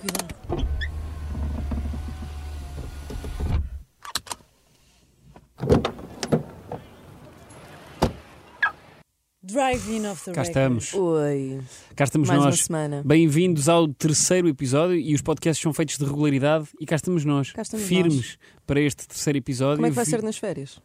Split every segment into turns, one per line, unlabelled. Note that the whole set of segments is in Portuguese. Cuidado. Drive-in of the
Cá
record.
estamos.
Oi.
Cá estamos
Mais uma
nós.
semana.
Bem-vindos ao terceiro episódio e os podcasts são feitos de regularidade e cá estamos nós,
Cá estamos
firmes para este terceiro episódio.
Como é que vai ser
Vi-
nas férias?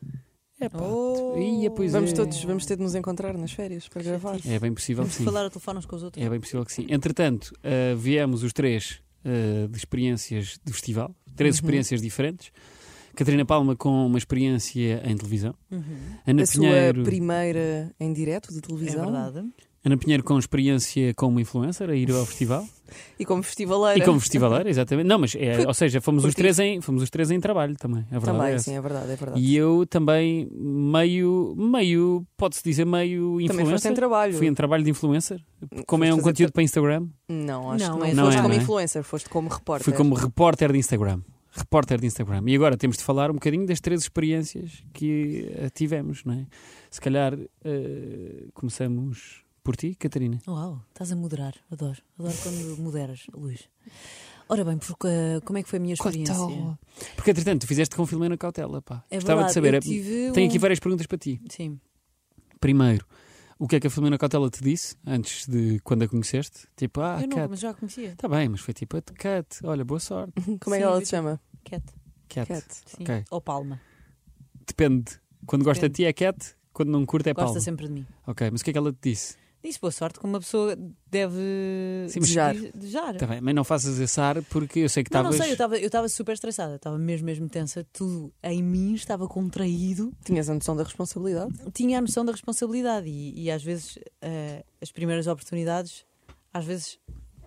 Epá,
Oh.
ia, pois
Vamos,
é.
todos, vamos ter de nos encontrar nas férias para gravar.
É bem possível que
Vamos
sim.
falar ao telefone uns com os outros.
É bem possível que sim. Entretanto, ah, viemos os três ah, de experiências de festival, três
Uhum.
experiências diferentes. Catarina Palma com uma experiência em televisão.
Uhum.
Ana
A
Pinheiro,
sua primeira em direto de
É
televisão
verdade.
Ana Pinheiro com experiência como influencer a ir ao festival.
e como festivaleira.
E como festivaleira, exatamente. Não, mas é, ou seja, fomos os,
Curti.
três em, fomos os três em trabalho também. A verdade é
Também,
essa.
sim, é verdade, é verdade.
E eu também meio, meio, pode-se dizer meio
Também foste em
influencer.
trabalho.
Fui em trabalho de influencer, como é
Foste
um
fazer
conteúdo para Instagram.
Não, acho
Não,
que não,
não
foste
é,
como
não é?
influencer, foste como repórter.
Fui como repórter de Instagram. Repórter de Instagram. E agora temos de falar um bocadinho das três experiências que eh, tivemos, não é? Se calhar eh, começamos por ti, Catarina.
Uau, estás a moderar. Adoro. Adoro quando moderas, Luís. Ora bem, porque, ah, como é que foi a minha experiência?
Coitado.
Porque, entretanto, tu fizeste com Filomena Cautela, pá.
É
Gostava
verdade,
de saber. eh,
eu tive
Tenho
um-
aqui várias perguntas para ti.
Sim.
Primeiro, o que é que a Filomena Cautela te disse antes de quando a conheceste? Tipo, ah,
eu não,
Cat,
mas já a conhecia.
Está bem, mas foi tipo, "Ah, Cat, olha, boa sorte.
Como é que
Sim,
ela
eu-
te chama?
Cat.
Cat.
Cat.
Sim.
Ok.
Ou Palma.
Depende. Quando gosta de ti é Cat, quando não curta é
Gosta
Palma.
sempre de mim.
Ok, mas o que é que ela te disse?
Disse boa sorte que uma pessoa deve
Sim, mas-
desejar. desejar.
Está Tá bem, mas não faças esse ar porque eu sei que
Não, não
estavas.
sei, eu estava eu estava super estressada, estava mesmo, mesmo tensa. Tudo em mim estava contraído.
Tinhas a noção da responsabilidade?
Tinha a noção da responsabilidade e, e às vezes eh, as primeiras oportunidades às vezes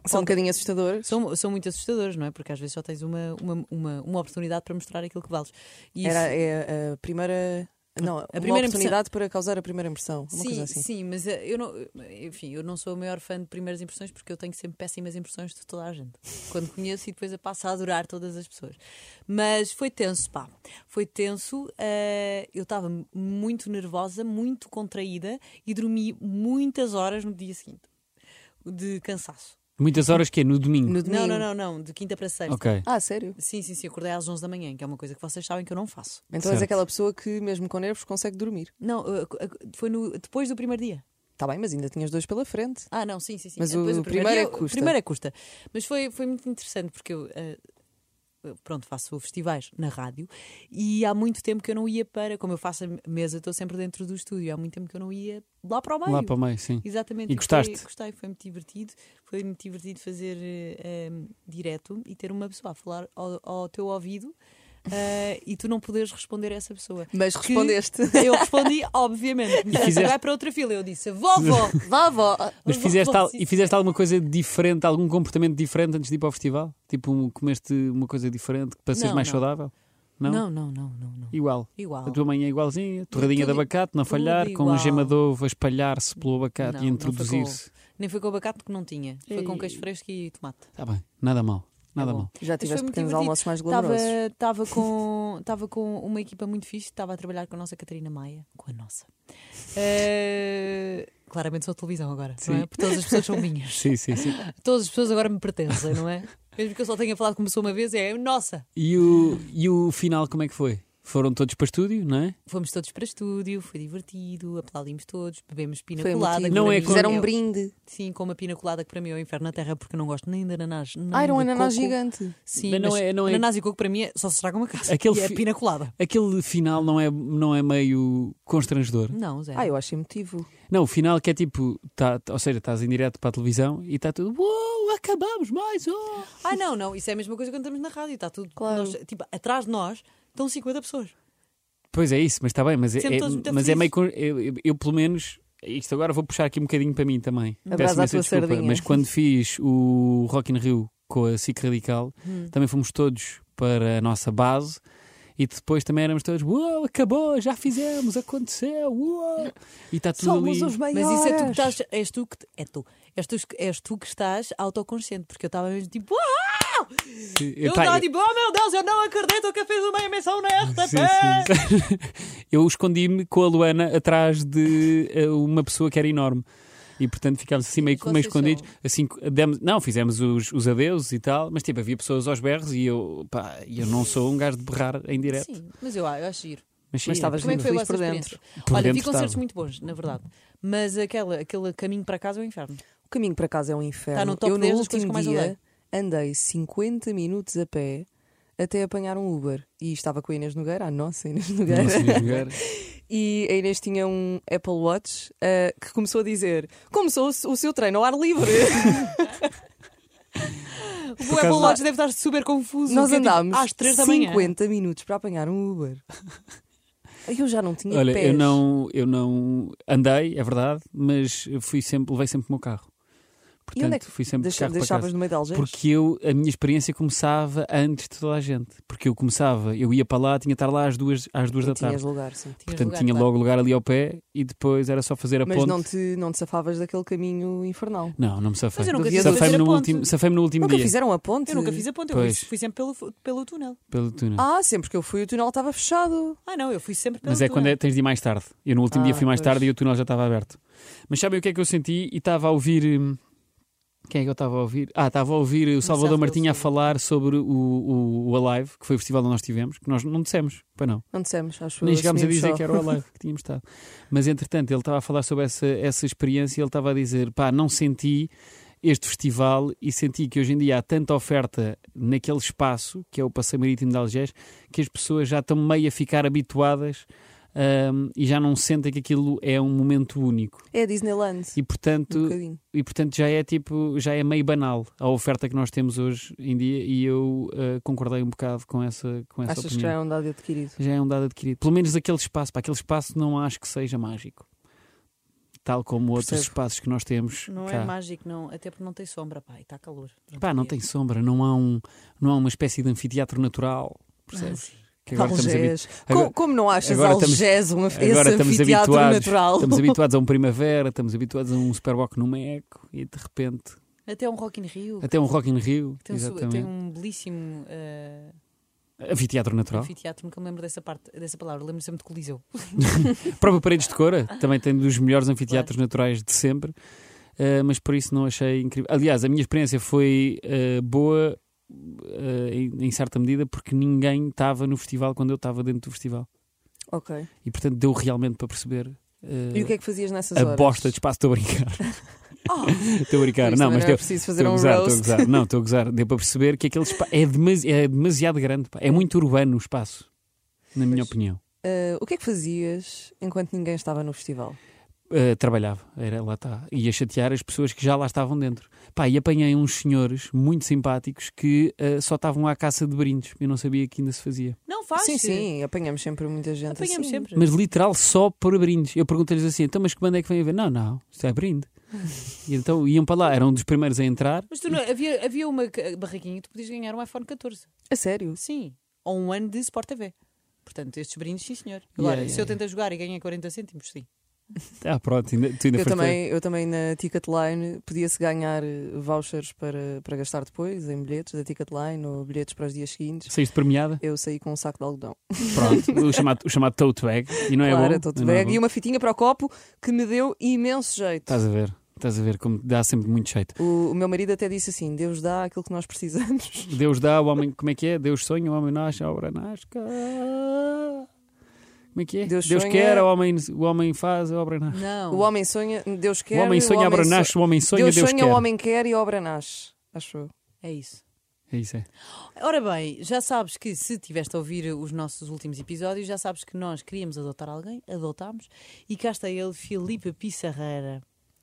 São um
Pode-
bocadinho assustadoras.
são, são muito assustadoras, não é? Porque às vezes só tens uma, uma, uma, uma oportunidade para mostrar aquilo que vales. E
Era
isso-
é a primeira. Não, a
primeira
primeira oportunidade para causar a primeira impressão. Uma
sim,
coisa assim.
sim, mas eh, eu não, enfim, eu não sou o maior fã de primeiras impressões porque eu tenho sempre péssimas impressões de toda a gente. Quando conheço e depois eu passo a adorar todas as pessoas. Mas foi tenso, pá. Foi tenso. eh, eu estava muito nervosa, muito contraída e dormi muitas horas no dia seguinte de cansaço.
Muitas horas que é no domingo.
No
Não,
domingo.
não, não, não, de quinta para sexta.
Ok.
Ah, sério?
Sim, sim, sim, acordei às 11 da manhã, que é uma coisa que vocês sabem que eu não faço.
Então és
Certo.
aquela pessoa que, mesmo com nervos, consegue dormir.
Não, eh, co- eh, foi no, depois do primeiro dia.
Está bem, mas ainda tinhas dois pela frente.
Ah, não, sim, sim, sim.
Mas
É depois
o primeiro é que
dia-
custa.
O primeiro é que custa. Mas foi, foi muito interessante porque eu. eh, eu, Pronto, faço festivais na rádio e há muito tempo que eu não ia para. Como eu faço a mesa, estou sempre dentro do estúdio. Há muito tempo que eu não ia lá para o meio.
Lá para o meio, sim.
Exatamente.
E gostaste?
Foi, gostei, foi muito divertido. Foi muito divertido fazer eh, em direto e ter uma pessoa a falar ao, ao teu ouvido eh, e tu não poderes responder a essa pessoa.
Mas
Que-
respondeste.
Eu respondi, obviamente. Me disseste,
fizeste-
vai para outra fila. Eu disse, vovó, vovó.
Mas fizeste, al- e fizeste alguma coisa diferente, algum comportamento diferente antes de ir para o festival? Tipo, um- comeste uma coisa diferente para seres
Não,
mais
não.
saudável? Não?
Não, não, não, não. não.
Igual.
Igual.
A tua mãe é igualzinha, torradinha de
Tudo-
abacate, não
tudo
falhar, com
igual.
a gema de ovo a espalhar-se pelo abacate
Não,
e
não
introduzir-se.
Nem foi com abacate porque não tinha. Foi com
Ei.
queijo fresco e tomate.
Está Tá bem, nada mal, nada
Tá bom.
mal.
Já tiveste
muito
pequenos
divertido.
almoços mais
Estava
glamourosos.
estava com, estava com uma equipa muito fixe, estava a trabalhar com a nossa Catarina Maia. Com a nossa. Eh, claramente sou televisão agora, não
Sim.
é? Porque todas as pessoas são minhas.
Sim, sim, sim.
Todas as pessoas agora me pertencem, não é? Mesmo que eu só tenha falado com uma pessoa uma vez, é nossa.
E o, e o final como é que foi? Foram todos para estúdio, não é?
Fomos todos para estúdio, foi divertido, aplaudimos todos, bebemos pina
Foi
colada.
emotivo.
que
Não
para
é
mim
com-
Fizeram
é-
um brinde.
Sim, com uma pina colada que para mim é o inferno na terra porque eu não gosto nem de ananás. nem
Ah, era um
de
ananás
coco.
gigante.
Sim,
Mas
mas
não é- não é-
ananás e coco para mim é- só se estraga uma casa.
Aquele
e é
fi-
pina colada.
Aquele final não é, não é meio constrangedor.
Não, Zé.
Ah, eu acho emotivo.
Não, o final que é tipo, tá, ou seja, estás em direto para a televisão e está tudo, uou, acabamos mais, oh!
Ah, não, não. Isso é a mesma coisa quando estamos na rádio. Está tudo.
Claro.
nós- tipo, atrás de nós estão 50 pessoas.
Pois é isso, mas está bem, mas, é,
Sempre
é-
todos muito
mas é
felizes.
meio. con- Eu, eu- eu, pelo menos, isto agora vou puxar aqui um bocadinho para mim também.
Abraça
Peço imensa
a tua
desculpa,
sardinha.
mas quando fiz o Rock in Rio com a SIC Radical,
Hum.
também fomos todos para a nossa base e depois também éramos todos, uou, acabou, já fizemos, aconteceu, uou! E está tudo ali.
Mas isso é tu que estás. És tu que. É tu. És tu, és tu que estás autoconsciente. Porque eu estava mesmo tipo. "Uau!" Eu
tá,
estava tipo, oh meu Deus, eu não acredito que fez uma emissão na RTP!
Sim, sim. Eu escondi-me com a Luana atrás de eh, uma pessoa que era enorme. E portanto ficámos assim meio,
E vocês
meio escondidos.
são?
Assim, demos- não, fizemos os, os adeuses e tal, mas tipo, havia pessoas aos berros e eu, pá, e eu não sou um gajo de berrar em direto.
Sim, mas eu, eu acho giro.
sim,
estavas
por
Como é que
muito
foi a
feliz
vossa
por dentro.
experiência?
por
Olha, vi
dentro
concertos
estava.
muito bons, na verdade. Mas aquela, aquele caminho para casa é um inferno.
O caminho para casa é um inferno.
Está no top
eu, no
10 das coisas
último
que mais
dia,
odeio.
andei 50 minutos a pé até apanhar um Uber. E estava com a Inês Nogueira, a nossa Inês Nogueira.
Não sei jogar.
E a Inês tinha um Apple Watch ah, que começou a dizer: Começou o, se- o seu treino ao ar livre.
O
acaso-
Apple Watch deve estar super confuso.
Nós
porque é tipo,
andámos
às 3 da manhã.
50 minutos para apanhar um Uber. Eu já não tinha
Olha,
pés.
eu não, eu não andei, é verdade, mas eu fui sempre, levei sempre o meu carro. Portanto,
E onde é que
fui sempre de
Deixa-
carro para
deixavas
casa.
no meio de algemas.
Porque eu, a minha experiência começava antes de toda a gente. Porque eu começava, eu ia para lá, tinha de estar lá às duas, às duas da
Não tinhas
tarde.
lugar, sim.
Tinhas
Portanto,
lugar,
tinha
claro.
logo lugar ali ao pé e depois era só fazer a
Mas
ponte.
não te, não te safavas daquele caminho infernal.
Não, não me safei.
Mas eu nunca fiz
Devia de
a
Safei-me
fazer a
no,
ponte.
último, safei no último
Nunca
dia
fizeram a ponte?
Eu nunca fiz a ponte, eu
Pois.
fui sempre pelo, pelo túnel.
pelo túnel.
Ah, sempre que eu fui o túnel estava fechado.
Ah, não, eu fui sempre pelo
Mas é
túnel.
quando é, tens de ir mais tarde. Eu no último
então tá Ah,
dia fui mais
pois.
tarde e o túnel já estava aberto. Mas sabem o que é que eu senti? E estava a ouvir. hum, Quem é que eu estava a ouvir? Ah, estava a ouvir o Salvador
Gonçalo
Martinha a
Silva.
falar sobre o, o, o Alive, que foi o festival onde nós tivemos, que nós não dissemos, pois não.
Não dissemos, acho eu,
Nem chegámos a
assumimos
dizer
só.
que era o Alive que tínhamos estado. Mas entretanto, ele estava a falar sobre essa, essa experiência e ele estava a dizer: pá, não senti este festival e senti que hoje em dia há tanta oferta naquele espaço, que é o Passeio Marítimo de Algés, que as pessoas já estão meio a ficar habituadas hum, e já não sentem que aquilo é um momento único.
É a Disneyland.
E portanto,
Um bocadinho.
e portanto já é tipo, já é meio banal a oferta que nós temos hoje em dia e eu ah, concordei um bocado com essa, com essa
Achas que
opinião
já é um dado adquirido?
já é um dado adquirido. Pelo menos daquele espaço. Para aquele espaço não acho que seja mágico. Tal como outros
Percebo.
espaços que nós temos.
Não
cá.
é mágico, não. Até porque não tem sombra, pá, e está calor.
Pá, não tem sombra, não há, um, não há uma espécie de anfiteatro natural. Percebes?
Ah,
Que agora estamos, habi-
Algés. Co-
agora-
Como, não achas
agora estamos-
Algés um af- esse
agora estamos
anfiteatro
habituados.
natural?
estamos habituados a um primavera, estamos habituados a um superboc no Meco e de repente
Até um Rock in Rio.
até um Rock in Rio.
Tem um, su-
exatamente.
tem um belíssimo eh,
Anfiteatro natural.
anfiteatro, nunca me lembro dessa parte, dessa palavra, lembro sempre de Coliseu.
O próprio Paredes de Cora também tem um dos melhores anfiteatros naturais de sempre, eh, mas por isso não achei incrível. Aliás, a minha experiência foi eh, boa eh, em, em certa medida porque ninguém estava no festival quando eu estava dentro do festival.
Ok.
E portanto deu realmente para perceber. eh,
E o que é que fazias nessas
a
horas?
bosta de espaço, estou a brincar.
Oh,
Estou a brincar.
isto
Não, mas
também não é
deu,
preciso fazer
estou a
um
gozar, estou a
roast.
gozar. Não, estou a gozar. Deu para perceber que aquele espaço é, demasi- é demasiado grande. pá. É muito urbano o espaço, na minha
Pois.
opinião.
Ah, o que é que fazias enquanto ninguém estava no festival?
Uh, trabalhava, era lá está. Ia chatear as pessoas que já lá estavam dentro. Pá, e apanhei uns senhores muito simpáticos que uh, só estavam à caça de brindes. Eu não sabia que ainda se fazia.
Não faz?
Sim, sim, apanhamos sempre muita gente
Apanhamos
assim.
sempre.
Mas literal só por brindes. Eu perguntei-lhes assim: então, mas que banda é que vem a ver? Não, não, isto é brinde. E então iam para lá, eram dos primeiros a entrar.
Mas tu não- havia, havia uma ca- barraquinha e tu podias ganhar um iPhone 14.
A sério?
Sim. Ou um ano de Sport TV. Portanto, estes brindes, sim senhor.
Yeah,
Agora,
yeah,
se eu
yeah.
tento jogar e ganhar 40 cêntimos, sim.
Ah, pronto, ainda, tu ainda
Eu
foste-
também, eu também na Ticketline podia-se ganhar eh, vouchers para, para gastar depois em bilhetes da Ticketline ou bilhetes para os dias seguintes.
Saíste premiada,
Eu saí com um saco de algodão.
pronto, o chamado, o chamado tote bag, e não é
claro,
bom.
a tote
Não é
bag
bom.
e uma fitinha para o copo que me deu imenso jeito.
Estás a ver, estás a ver como dá sempre muito jeito.
O, o meu marido até disse assim: Deus dá aquilo que nós precisamos.
Deus dá, o homem. Como é que é? Deus sonha, o homem nasce, a obra nasce. cá. Como é que é?
Deus sonha-
quer, o homem, o homem faz, a obra nasce.
Não.
O homem sonha, Deus quer.
o homem sonha, a obra
so-
nasce, o homem sonha,
Deus,
Deus,
sonha,
quer.
o homem quer e a obra nasce. Acho eu.
É isso.
É isso, é.
Ora bem, já sabes que se tiveste a ouvir os nossos últimos episódios, já sabes que nós queríamos adotar alguém, adotámos, e cá está ele, Filipe Pissarreira.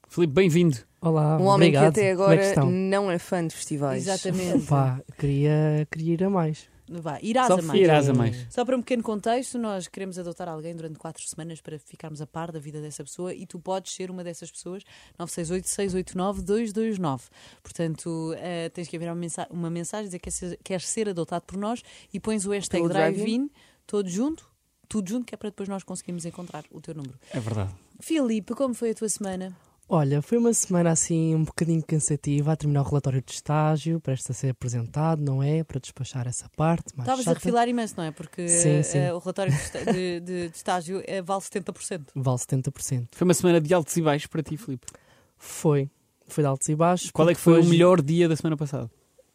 Filipe, bem-vindo.
Olá,
um homem
Ah, obrigado.
que até
Como é que
agora
estão?
não é fã de festivais.
Exatamente.
Pá, queria, queria ir a mais.
Vá, irás
Só
a mais.
irás a mais.
Só para um pequeno contexto, nós queremos adotar alguém durante quatro semanas para ficarmos a par da vida dessa pessoa e tu podes ser uma dessas pessoas, 968-689-229. Portanto, eh, tens que enviar uma, mensa- uma mensagem, dizer que queres ser, queres ser adotado por nós e pões o hashtag
Pelo drive-in?
drive-in, todo junto, tudo junto, que é para depois nós conseguirmos encontrar o teu número.
É verdade.
Filipe, como foi a tua semana?
Olha, foi uma semana assim um bocadinho cansativa a terminar o relatório de estágio, presta a ser apresentado, não é? Para despachar essa parte. mais
Estavas a
Ah, chata.
refilar imenso, não é? Porque
Sim,
eh,
sim.
eh, o relatório de, esta- de- de- de estágio eh, vale 70%.
Vale 70%.
Foi uma semana de altos e baixos para ti, Filipe.
Foi. Foi de altos e baixos.
Qual é
porque
que foi o
hoje,
melhor dia da semana passada?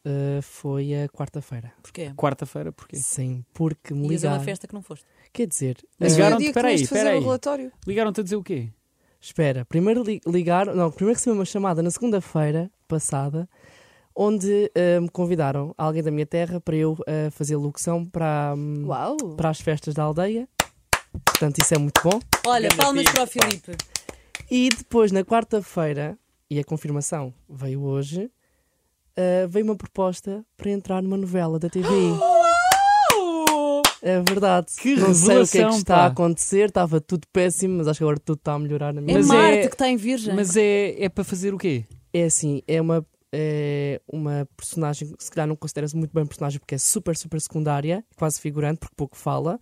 ah, foi a quarta-feira.
Porquê?
Quarta-feira, porquê?
Sim, porque me
Ias a uma
ligaram.
festa que não foste.
Quer dizer,
Mas
foi
ah,
o
ligaram-te,
dia que
peraí,
tinhas de fazer
peraí.
o relatório.
Ligaram-te a dizer o quê?
Espera, primeiro li- ligaram, não, primeiro recebi uma chamada na segunda-feira passada, onde eh, me convidaram alguém da minha terra para eu eh, fazer locução para, hum,
Uau!
para as festas da aldeia. Portanto, isso é muito bom.
Olha,
Ganda
palmas
pico,
para o Filipe.
E depois, na quarta-feira, e a confirmação veio hoje, eh, veio uma proposta para entrar numa novela da TV. É verdade.
Que
não sei o que é que
revelação,
está
pá.
a acontecer, estava tudo péssimo, mas acho que agora tudo está a melhorar na
É
minha
Mas
vida.
Marte
é-
que está em virgem.
Mas é, é para fazer o quê?
é assim, é uma, é uma personagem que se calhar não considera-se muito bem personagem porque é super, super secundária, quase figurante, porque pouco fala.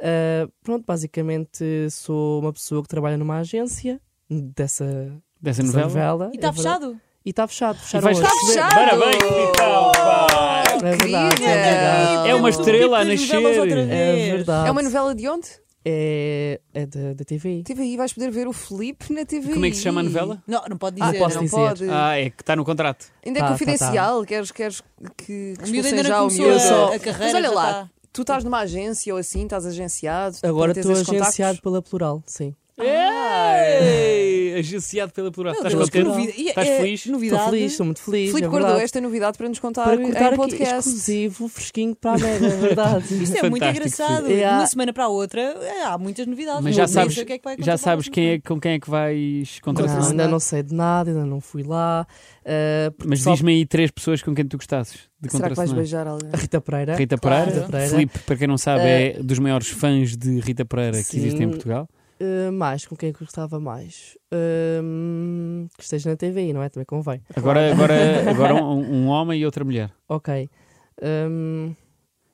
Ah, pronto, basicamente sou uma pessoa que trabalha numa agência dessa,
Dessa
dessa novela.
novela?
e está
tá
é verdade.
fechado.
E está fechado,
E
fecharam
vais
hoje.
Está fechado.
Parabéns, então, pá.
É verdade,
Querida!
é verdade.
É uma estrela a
Temos
nascer.
novelas outra vez.
É verdade.
É uma novela de onde?
É, é da, da TV.
TVI, vais poder ver o Felipe na TVI.
Como é que se chama a novela?
Não, não pode
Ah,
dizer.
posso
não.
Não
dizer.
pode.
Ah, é que está no contrato.
Ainda é
Tá, tá,
confidencial, queres, queres que, que
O miúdo ainda
expulsem já
não
o
começou
miúdo.
a,
só-
a carreira.
Mas olha
já tá.
lá,
está.
tu estás numa agência ou assim, estás agenciado.
Agora
tens
estou
esses contactos?
agenciado pela Plural, sim.
Ei, agenciado pela plural.
Meu
Estás
Deus, que
contente?
novidade. E
Estás
é
feliz?
Novidade.
Estou feliz, estou muito feliz.
Filipe
é
guardou
verdade.
esta novidade para nos contar,
para cortar
em
aqui
podcast.
exclusivo, fresquinho para a Mega, é verdade.
Isto é muito
Fantástico,
engraçado.
sim.
De
É, há-
uma semana para a outra é, há muitas novidades.
Mas já
Não sei
sabes-
o que é que vai
Já
acontecer
sabes
mais
quem é, com quem é que vais
Não,
contratar?
ainda não sei de nada, ainda não fui lá. Ah, porque
Mas
só
diz-me aí três pessoas com quem tu gostasses de
Será que vais
contracenar.
beijar alguém?
a Rita Pereira.
Rita
Claro.
Pereira.
Rita Pereira.
Filipe, para quem não sabe,
Eh,
é dos maiores fãs de Rita Pereira que
sim.
existem em Portugal.
Ah, mais, com quem é que eu gostava mais? Ah, que esteja na TVI, não é? Também convém.
Agora, agora, agora um, um homem e outra mulher.
Ok. Ah,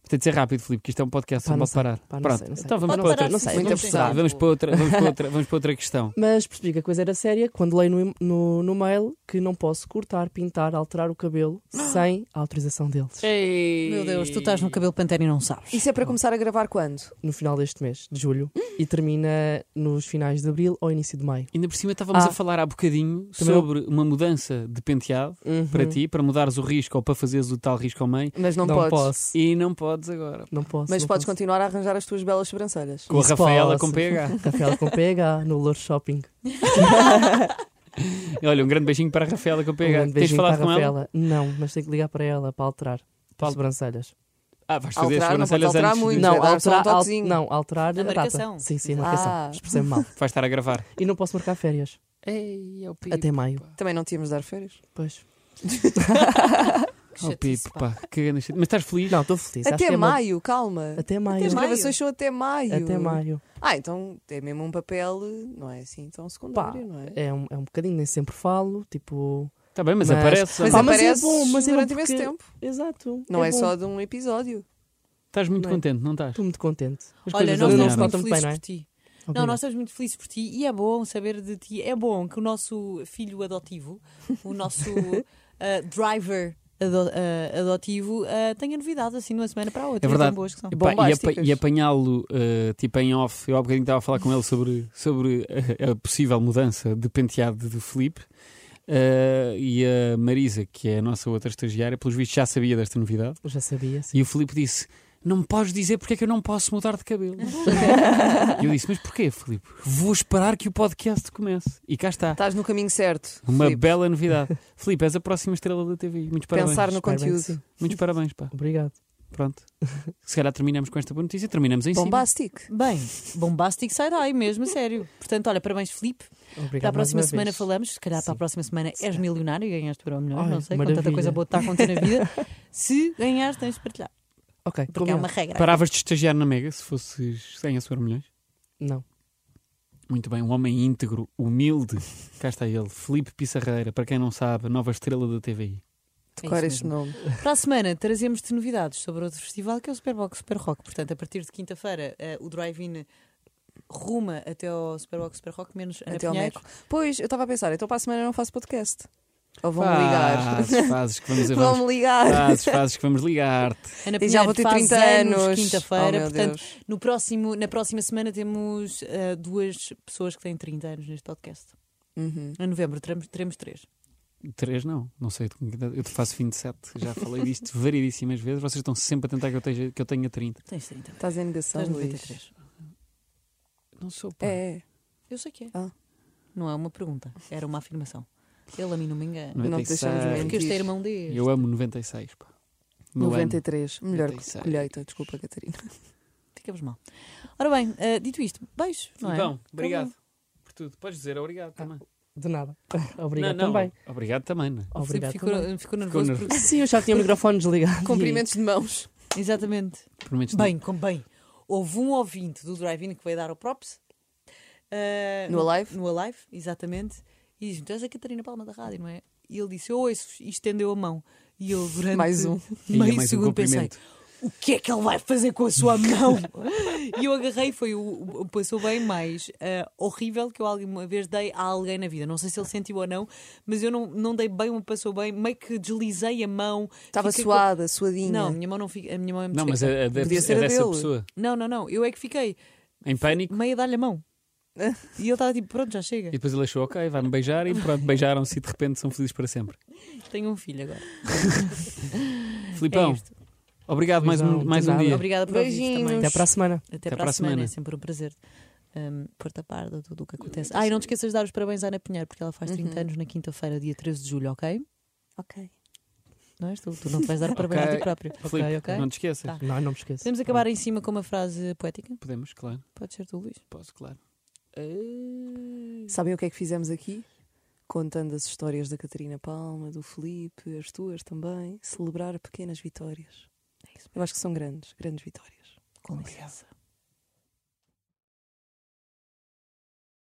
Tem de ser rápido, Filipe, que isto é um podcast,
Pá,
não
não
pode
sei.
parar.
Pá, não
Pronto,
sei, não sei.
então vamos
Pode
para outra.
parar,
não sei,
sim,
muita
vamos
pressão.
tentar.
Vamos para outra, vamos para outra, vamos para outra questão.
mas percebi que a coisa era séria quando leio no, no, no mail que não posso cortar, pintar, alterar o cabelo sem a autorização deles.
Meu Deus, tu estás no cabelo pantera e não sabes.
Isso é para começar a gravar quando?
No final deste mês, de julho, e termina nos finais de abril ou início de maio.
Ainda por cima estávamos
Ah.
a falar há bocadinho
Também não-
sobre uma mudança de penteado
Uhum.
para ti, para mudares o risco ou para fazeres o tal risco ao meio
Mas não,
não
podes.
posso.
e não podes agora.
Não posso.
Mas
não
podes
posso.
continuar a arranjar as tuas belas sobrancelhas.
Com a
Isso
Rafaela
posso.
com PH.
Rafaela com PH no Lourdes Shopping.
Olha, um grande beijinho para a Rafaela com
Um
PH.
grande
Tens
beijinho
falado
para a
com ela?
Rafaela. Não, mas tenho que ligar para ela para alterar
Para
as sobrancelhas.
Ah, vais fazer
Alterar, não
as
podes
sobrancelhas
alterar
antes de-
muito.
Não,
vai dar só um
alterar, al-
toquezinho.
não, alterar
Na
a
marcação.
data. Sim, sim, a marcação.
Ah.
Expressei-me mal.
Vais estar a gravar.
E não posso marcar férias.
Ei, é o Pipo.
Até maio.
Também não tínhamos de dar férias.
Pois.
Que
Oh,
chatice,
Pipo, pá. Que grande chatice. Mas estás feliz?
Não, estou feliz. Acho
até
que é uma-
maio, calma.
Até maio.
As
maio.
gravações são até maio.
Até maio.
Ah, então é mesmo um papel, não é assim tão secundário,
Pá,
não é?
É um, é um bocadinho, nem sempre falo. Tipo.
Está Tá bem, mas,
Mas-
aparece.
Mas
Pá, mas é
aparece
bom, mas é bom
durante
porque-
imenso tempo.
Exato.
Não é,
bom.
só de um episódio.
Estás muito
Não é?
contente, não estás?
Estou muito contente. As
Olha,
coisas
nós
andam-
estamos
se
muito
notam
felizes
bem, não é?
por ti. Não,
Obrigado.
nós estamos muito felizes por ti e é bom saber de ti. É bom que o nosso filho adotivo, o nosso ah, driver ado- ah, adotivo, ah, tenha novidades assim de uma semana para a outra.
É verdade.
Tão boas que são.
Pá, e, apa-
Bombásticas.
e apanhá-lo eh, tipo em off, eu há bocadinho estava a falar com ele sobre, sobre a, a possível mudança de penteado do Felipe eh, e a Marisa, que é a nossa outra estagiária, pelos vistos já sabia desta novidade.
Eu já sabia. Sim.
E o Felipe disse: Não me podes dizer porque é que eu não posso mudar de cabelo.
É
e eu disse: Mas porquê, Filipe? Vou esperar que o podcast comece. E cá está.
Estás no caminho certo.
Uma
Filipe.
bela novidade. Filipe, és a próxima estrela da TV. Muitos parabéns.
Pensar no
Espero bem que
conteúdo.
sim.
Muitos parabéns, pá.
Obrigado.
Pronto. Se calhar terminamos com esta boa notícia. Terminamos em cima.
É
Bombastic.
Bem, bombástico sai mesmo, a sério. Portanto, olha, parabéns, Filipe.
Obrigado.
Para a próxima
mais uma
semana
vez.
falamos. Se calhar para a
Sim.
próxima semana és milionário e ganhaste o euro melhor.
Ai,
não sei, com tanta
maravilha.
coisa boa que está a acontecer na vida. Se ganhares, tens de partilhar.
Ok.
Porque é
combinado.
uma regra.
Paravas de estagiar na Mega se fosses sem a sua milhões?
Não.
Muito bem, um homem íntegro, humilde. Cá está ele, Filipe Pissarreira, para quem não sabe, nova estrela da TVI.
É
Decora
isso
este
mesmo.
nome.
Para a semana trazemos-te novidades sobre outro festival que é o Superbox Super Rock. Portanto, a partir de quinta-feira, eh, o drive-in ruma até ao Superbox Super Rock, menos
É
Ana
Até ao
Pinheiro.
Meco. Pois, eu estava a pensar, então para a semana eu não faço podcast. Ou vão me ligar.
Fazes, fazes que vamos, vamos,
Vão me
Ah,
ligar.
fazes, fazes que vamos ligar-te.
Ana
E
Pinheiro
já vou ter
faz
30
anos,
anos. Oh,
quinta-feira.
meu
portanto,
Deus.
no próximo, na próxima semana temos eh, duas pessoas que têm 30 anos neste podcast.
Uhum.
Em novembro teremos, teremos três.
Três não, não sei. de quantidade. Eu te faço 27, já falei disto variedíssimas vezes. Vocês estão sempre a tentar que eu, tenha, que eu tenha 30.
Tens 30.
Estás em negação,
Tens
Luís.
93.
Não sou pá.
É, é.
Eu sei que é.
Ah.
Não é uma pergunta, era uma afirmação. Ele a mim não me engana.
Não te
96.
deixamos mentir.
Porque eu estou irmão deste.
Eu amo 96, pá. Meu ano.
93. Melhor
96.
colheita, desculpa, Catarina.
Ficamos mal. Ora bem, eh, dito isto, beijo, não é?
Então, obrigado por tudo. Podes dizer obrigado também.
De nada. Obrigado
Não, não,
também.
Obrigado também. Né?
O Filipe
Obrigado
ficou,
também.
ficou nervoso.
nervoso.
porque-
Sim, eu já tinha o microfone desligado.
Cumprimentos de mãos.
Exatamente.
Pelo menos
Bem, com bem. Houve um ouvinte do Drive-In que veio dar o props. eh,
No Alive?
No Alive, exatamente. E diz-me: Tu és a Catarina Palma da rádio, não é? E ele disse: Eu ouço e estendeu a mão. E eu, durante
Mais um.
E é
meio
mais um
segundo, pensei:
cumprimento.
O que é que ele vai fazer com a sua mão? e eu agarrei, foi o, o passou bem mais eh, horrível que eu alguma vez dei a alguém na vida. Não sei se ele sentiu ou não, mas eu não, não dei bem, um passou bem, meio que deslizei a mão.
Estava
Fiquei com-
suada, suadinha.
Não, a minha mão não fica. A minha mão é muito
Não, mas
seca.
é, é, deve-
Podia ser
é
a
dessa
dele.
pessoa.
Não, não, não. Eu é que fiquei
Em pânico.
meio a dar-lhe a mão. E ele estava tipo, pronto, já chega.
E depois ele achou, ok, vai-me beijar. E pronto, beijaram-se e de repente são felizes para sempre.
Tenho um filho agora.
Filipão,
é isto.
obrigado mais um,
Felizão,
mais
de
um
nada.
dia.
Obrigada por ouvir
Beijinhos.
também.
Até para a semana.
Até para a semana. É sempre um prazer hum, pôr-te a par de tudo o que acontece. Ah, e não te esqueças de dar os parabéns à Ana Pinheiro, porque ela faz 30
Uhum.
anos na quinta-feira, dia 13 de julho, ok?
Ok.
Não és tu? Tu não te vais dar parabéns a
Ok.
ti próprio.
Filipe,
Ok,
ok.
não te esqueças.
Tá.
Não, não me esqueço.
Podemos acabar em cima com uma frase poética?
Podemos, claro.
Pode ser tu, Luís.
Posso, claro.
Sabem o que é que fizemos aqui? Contando as histórias da Catarina Palma, do Felipe, as tuas também. Celebrar pequenas vitórias.
É isso
Eu acho que são grandes, grandes vitórias.
Com licença.